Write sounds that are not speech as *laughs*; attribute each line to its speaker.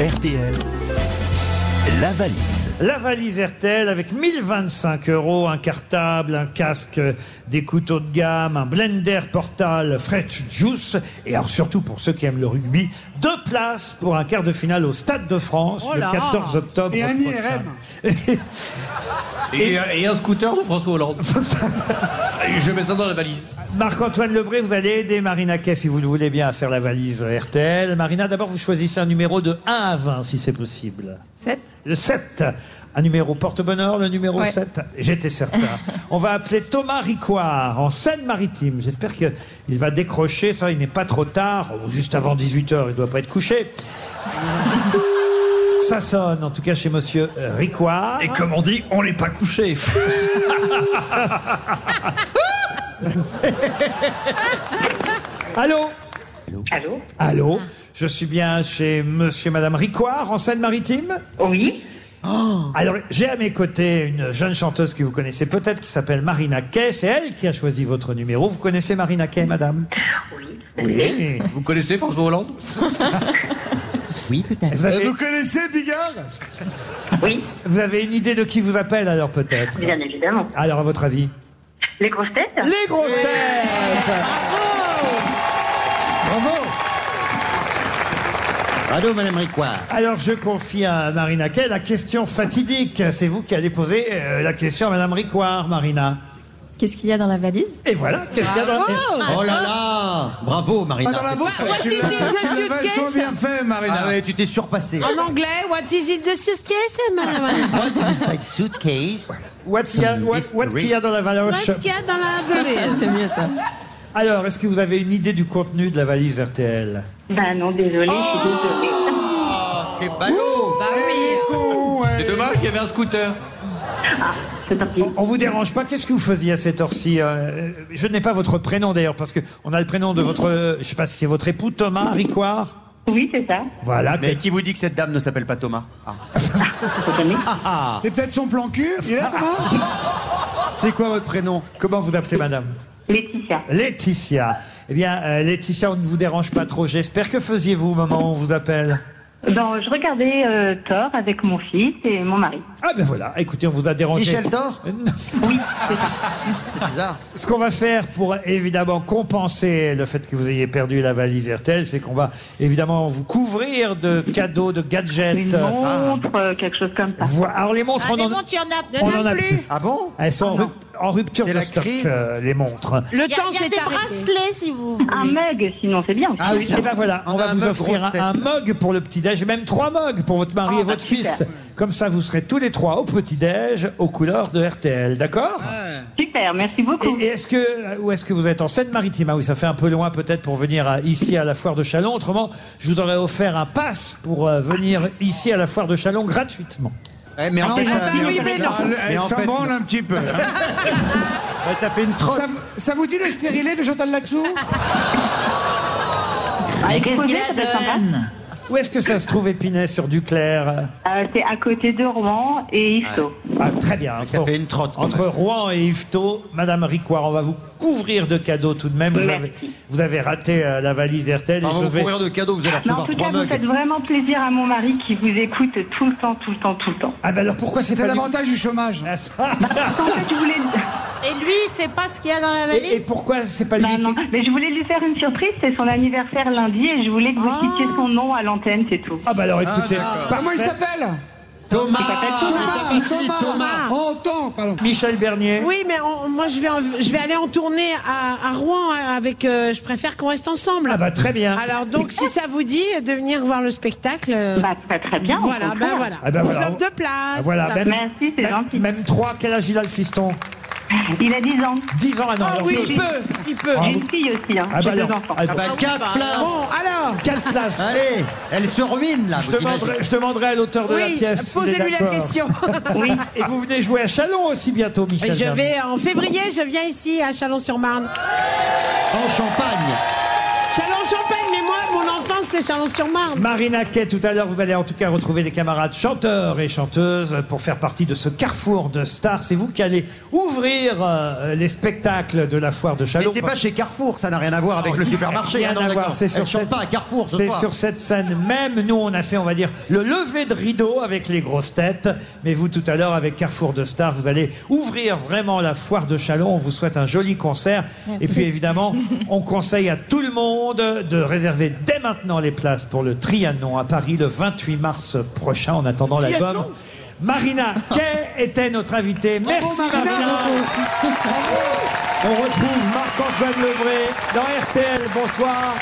Speaker 1: RTL, la valise.
Speaker 2: La valise RTL avec 1025 euros, un cartable, un casque, euh, des couteaux de gamme, un blender portal French Juice. Et alors surtout pour ceux qui aiment le rugby, deux places pour un quart de finale au Stade de France
Speaker 3: Oh
Speaker 2: le
Speaker 3: là
Speaker 2: 14 octobre.
Speaker 3: Et un
Speaker 2: prochain.
Speaker 3: IRM.
Speaker 4: Et, et un scooter de François Hollande. Et je mets ça dans la valise.
Speaker 2: Marc-Antoine Lebré, vous allez aider Marina Kay, si vous le voulez bien, à faire la valise RTL. Marina, d'abord, vous choisissez un numéro de 1 à 20, si c'est possible.
Speaker 5: 7
Speaker 2: Le 7. Un numéro porte-bonheur, le numéro
Speaker 5: Ouais.
Speaker 2: 7. J'étais certain. On va appeler Thomas Ricoire, en Seine-Maritime. J'espère qu'il va décrocher. Ça, il n'est pas trop tard. Oh, Juste avant 18h, il ne doit pas être couché. Ça sonne, en tout cas, chez Monsieur euh, Ricoire.
Speaker 4: Et comme on dit, on n'est pas couché.
Speaker 2: *laughs* Allô
Speaker 6: Allô
Speaker 2: Allô Je suis bien chez Monsieur et Madame Ricoire, en Seine-Maritime
Speaker 6: Oui
Speaker 2: Alors, j'ai à mes côtés une jeune chanteuse que vous connaissez peut-être, qui s'appelle Marina Kay. C'est elle qui a choisi votre numéro. Vous connaissez Marina Kay, madame
Speaker 6: Oui.
Speaker 2: Oui.
Speaker 4: Vous connaissez François Hollande
Speaker 2: Vous avez,
Speaker 3: Vous connaissez Bigard
Speaker 6: Oui,
Speaker 2: vous avez une idée de qui vous appelle, alors, peut-être
Speaker 6: bien évidemment.
Speaker 2: Alors, à votre avis
Speaker 6: Les grosses têtes
Speaker 2: Les grosses têtes Bravo
Speaker 7: Allô, Madame Ricoire.
Speaker 2: Alors, je confie à Marina Kay la question fatidique. C'est vous qui allez poser euh, la question à Madame Ricoire, Marina.
Speaker 5: Qu'est-ce qu'il y a dans la valise
Speaker 2: Et voilà, qu'est-ce qu'il y a dans la-
Speaker 7: Oh là là Bravo, Marina.
Speaker 3: Pas dans la
Speaker 7: C'est-
Speaker 3: boîte
Speaker 8: ah, What is in the suitcase
Speaker 3: bien fait, Marina.
Speaker 7: Ah ouais, tu t'es surpassé.
Speaker 8: En anglais, what is in the suitcase,
Speaker 2: Ah,
Speaker 8: madame
Speaker 7: What's inside suitcase?
Speaker 2: What's il y a- what- what qu'il y a dans la valoche
Speaker 8: Qu'est-ce qu'il y a dans
Speaker 2: ah,
Speaker 8: la valise
Speaker 5: C'est mieux ça.
Speaker 2: Alors, est-ce que vous avez une idée du contenu de la valise RTL
Speaker 6: Bah non, désolée, je suis désolée.
Speaker 7: C'est ballot.
Speaker 4: C'est dommage, il y avait un scooter.
Speaker 6: C'est parti.
Speaker 2: On vous dérange pas Qu'est-ce que vous faisiez à cette heure-ci euh, Je n'ai pas votre prénom d'ailleurs, parce que on a le prénom de votre, euh, je sais pas si c'est votre époux Thomas Ricoire.
Speaker 6: Oui, c'est ça.
Speaker 2: Voilà.
Speaker 7: Mais
Speaker 2: peut-être.
Speaker 7: qui vous dit que cette dame ne s'appelle pas Thomas Ah.
Speaker 6: Faut jamais.
Speaker 3: C'est peut-être son plan cul. Il est là, Thomas
Speaker 7: Ah, C'est quoi votre prénom
Speaker 2: Comment vous appelez, Madame
Speaker 6: Laetitia.
Speaker 2: Laetitia. Eh bien, euh, Laetitia, on ne vous dérange pas trop. J'espère que faisiez-vous au moment où on vous appelle.
Speaker 6: Bon, je regardais euh, Thor avec mon fils et mon mari.
Speaker 2: Ah ben voilà. Écoutez, on vous a dérangé.
Speaker 7: Michel *laughs* Thor C'est bizarre.
Speaker 2: Ce qu'on va faire pour évidemment compenser le fait que vous ayez perdu la valise RTL, c'est qu'on va évidemment vous couvrir de cadeaux, de gadgets.
Speaker 6: Une montre, euh, quelque chose comme ça.
Speaker 2: Voi- Alors les montres,
Speaker 8: Ah,
Speaker 2: on
Speaker 8: des
Speaker 2: en a-
Speaker 8: montres, il y en a,
Speaker 2: on en a
Speaker 8: plus.
Speaker 2: plus.
Speaker 7: Ah bon
Speaker 2: Elles sont en, rup- en rupture
Speaker 7: C'est
Speaker 2: de
Speaker 7: la
Speaker 2: stock,
Speaker 7: crise.
Speaker 2: euh, les montres.
Speaker 8: Le
Speaker 5: y a-
Speaker 8: temps
Speaker 5: il y a
Speaker 8: s'est
Speaker 5: des
Speaker 8: arrêté. Ah. si vous
Speaker 6: Un mug, sinon c'est bien.
Speaker 7: Ah oui.
Speaker 2: Et ben voilà, on,
Speaker 7: On a
Speaker 2: va
Speaker 7: un
Speaker 2: vous
Speaker 7: mug
Speaker 2: offrir un,
Speaker 7: grosse tête.
Speaker 2: un mug pour le petit-déj, et même trois mugs pour votre mari
Speaker 6: Oh,
Speaker 2: et votre
Speaker 6: bah, super.
Speaker 2: fils. Comme ça, vous serez tous les trois au petit-déj, aux couleurs de RTL, d'accord
Speaker 6: Super, merci beaucoup.
Speaker 2: Et, et est-ce que, ou est-ce que vous êtes en Seine-Maritime Ah oui, ça fait un peu loin peut-être pour venir à- ici à la foire de Chalon. Autrement, je vous aurais offert un pass pour euh, venir ici à la foire de Chalon gratuitement.
Speaker 7: Ouais, Eh,
Speaker 3: Ah,
Speaker 7: Mais en fait, ça, mais en
Speaker 8: oui,
Speaker 7: fait- Ah,
Speaker 8: mais non.
Speaker 7: Mais en fait, non.
Speaker 3: un petit peu.
Speaker 7: hein.
Speaker 3: *laughs*
Speaker 7: *laughs* Ouais, ça fait une trotte.
Speaker 3: Ça, ça vous dit de stériler de Chantal là-dessous
Speaker 6: Exposer, ça peut être sympa.
Speaker 2: Où est-ce que ça se trouve, Épinay, sur Duclerc
Speaker 6: Euh, c'est à côté de Rouen et Ifto.
Speaker 2: Ah, très bien.
Speaker 7: Ça
Speaker 2: Bon.
Speaker 7: fait une trotte. quand
Speaker 2: Entre
Speaker 7: même.
Speaker 2: Rouen et Yvetot, Madame Ricoire, on va vous couvrir de cadeaux tout de même. Vous
Speaker 6: Merci.
Speaker 2: avez, vous avez raté euh, la valise RTL. et
Speaker 7: On va
Speaker 2: je
Speaker 7: vous
Speaker 2: vais...
Speaker 7: couvrir de cadeaux, vous allez
Speaker 6: Mais en
Speaker 7: recevoir
Speaker 6: tout cas,
Speaker 7: trois
Speaker 6: vous
Speaker 7: mugs.
Speaker 6: faites vraiment plaisir à mon mari qui vous écoute tout le temps, tout le temps, tout le temps.
Speaker 2: Ah ben alors pourquoi c'est
Speaker 3: C'est
Speaker 2: pas Ah, du...
Speaker 3: l'avantage du chômage.
Speaker 6: En fait, je voulais...
Speaker 8: Et lui, il sait pas ce qu'il y a dans la
Speaker 2: et, et
Speaker 8: valise.
Speaker 2: pourquoi c'est pas
Speaker 6: Bah
Speaker 2: lui
Speaker 6: non,
Speaker 2: qui...
Speaker 6: mais je voulais lui faire une surprise, c'est son anniversaire lundi et je voulais que vous citiez son nom à l'antenne, c'est tout.
Speaker 2: Ah bah alors écoutez, par
Speaker 3: Comment il s'appelle
Speaker 7: Thomas
Speaker 3: Thomas, Thomas,
Speaker 8: Thomas.
Speaker 3: Oh, Tom, pardon.
Speaker 2: Michel Bernier.
Speaker 8: ah. Oui, mais on- moi, je vais, en- je vais aller en tournée à, à Rouen avec. euh, je préfère qu'on reste ensemble.
Speaker 2: Ah bah très bien.
Speaker 8: Alors, donc, si ça vous dit de venir voir le spectacle. euh,
Speaker 6: Bah très très bien. au
Speaker 8: voilà,
Speaker 6: contraire.
Speaker 8: ben voilà.
Speaker 2: Ah bah
Speaker 8: On vous
Speaker 2: voilà.
Speaker 8: offre deux places.
Speaker 2: Ah, voilà,
Speaker 8: Ça-
Speaker 2: même,
Speaker 6: Merci, c'est
Speaker 2: même-
Speaker 6: gentil.
Speaker 2: Même trois, quel âge il a le fiston
Speaker 6: Il a 10 ans.
Speaker 2: 10 ans, ah non,
Speaker 8: Ah
Speaker 2: alors
Speaker 8: oui,
Speaker 2: deux.
Speaker 8: il peut, il peut.
Speaker 2: Ah,
Speaker 6: J'ai
Speaker 2: bon.
Speaker 6: une fille aussi, hein.
Speaker 2: Ah bah
Speaker 6: J'ai
Speaker 2: alors,
Speaker 6: deux enfants.
Speaker 2: ah
Speaker 7: Ah
Speaker 2: bah,
Speaker 7: bah, quatre
Speaker 8: Bon,
Speaker 7: places.
Speaker 8: alors,
Speaker 2: quatre places.
Speaker 7: Allez, elle se ruine, là.
Speaker 2: Je
Speaker 7: vous
Speaker 2: demanderai, je demanderai à l'auteur de la
Speaker 8: oui,
Speaker 2: pièce. s'il est
Speaker 8: posez-lui la
Speaker 2: d'accord.
Speaker 8: question.
Speaker 2: *laughs*
Speaker 6: Oui.
Speaker 2: Et vous venez jouer à Chalon aussi bientôt, Michel.
Speaker 8: Et je
Speaker 2: Bernier.
Speaker 8: vais en février, je viens ici à Chalon-sur-Marne.
Speaker 7: imaginez. En champagne.
Speaker 8: Chalon-Champagne, mais moi, mon enfance, c'est c'est Chalon-sur-Marne.
Speaker 2: Marina Kay, tout à l'heure, vous allez en tout cas retrouver des camarades chanteurs et chanteuses pour faire partie de ce carrefour de stars. C'est vous qui allez ouvrir euh, les spectacles de la foire de
Speaker 7: Mais
Speaker 2: Chalon.
Speaker 7: c'est pas chez Carrefour, ça n'a rien à voir avec le
Speaker 2: Ah,
Speaker 7: supermarché.
Speaker 2: Rien
Speaker 7: hein, non,
Speaker 2: à
Speaker 7: d'accord.
Speaker 2: voir, c'est
Speaker 7: Elle
Speaker 2: sur,
Speaker 7: chante
Speaker 2: cette-
Speaker 7: pas à Carrefour ce
Speaker 2: c'est
Speaker 7: soir.
Speaker 2: sur cette scène même. Nous, on a fait, on va dire, le lever de rideau avec les grosses têtes. Mais vous, tout à l'heure, avec Carrefour de Stars, vous allez ouvrir vraiment la foire de Chalon. On vous souhaite un joli concert. Et puis, évidemment, on conseille à tout le monde de réserver dès maintenant les places pour le Trianon à Paris le 28 mars prochain. En attendant l'album. Marina Kay était notre invitée. Merci
Speaker 3: Marina.
Speaker 2: Marina. On retrouve Marc-Antoine Lebré dans RTL. Bonsoir.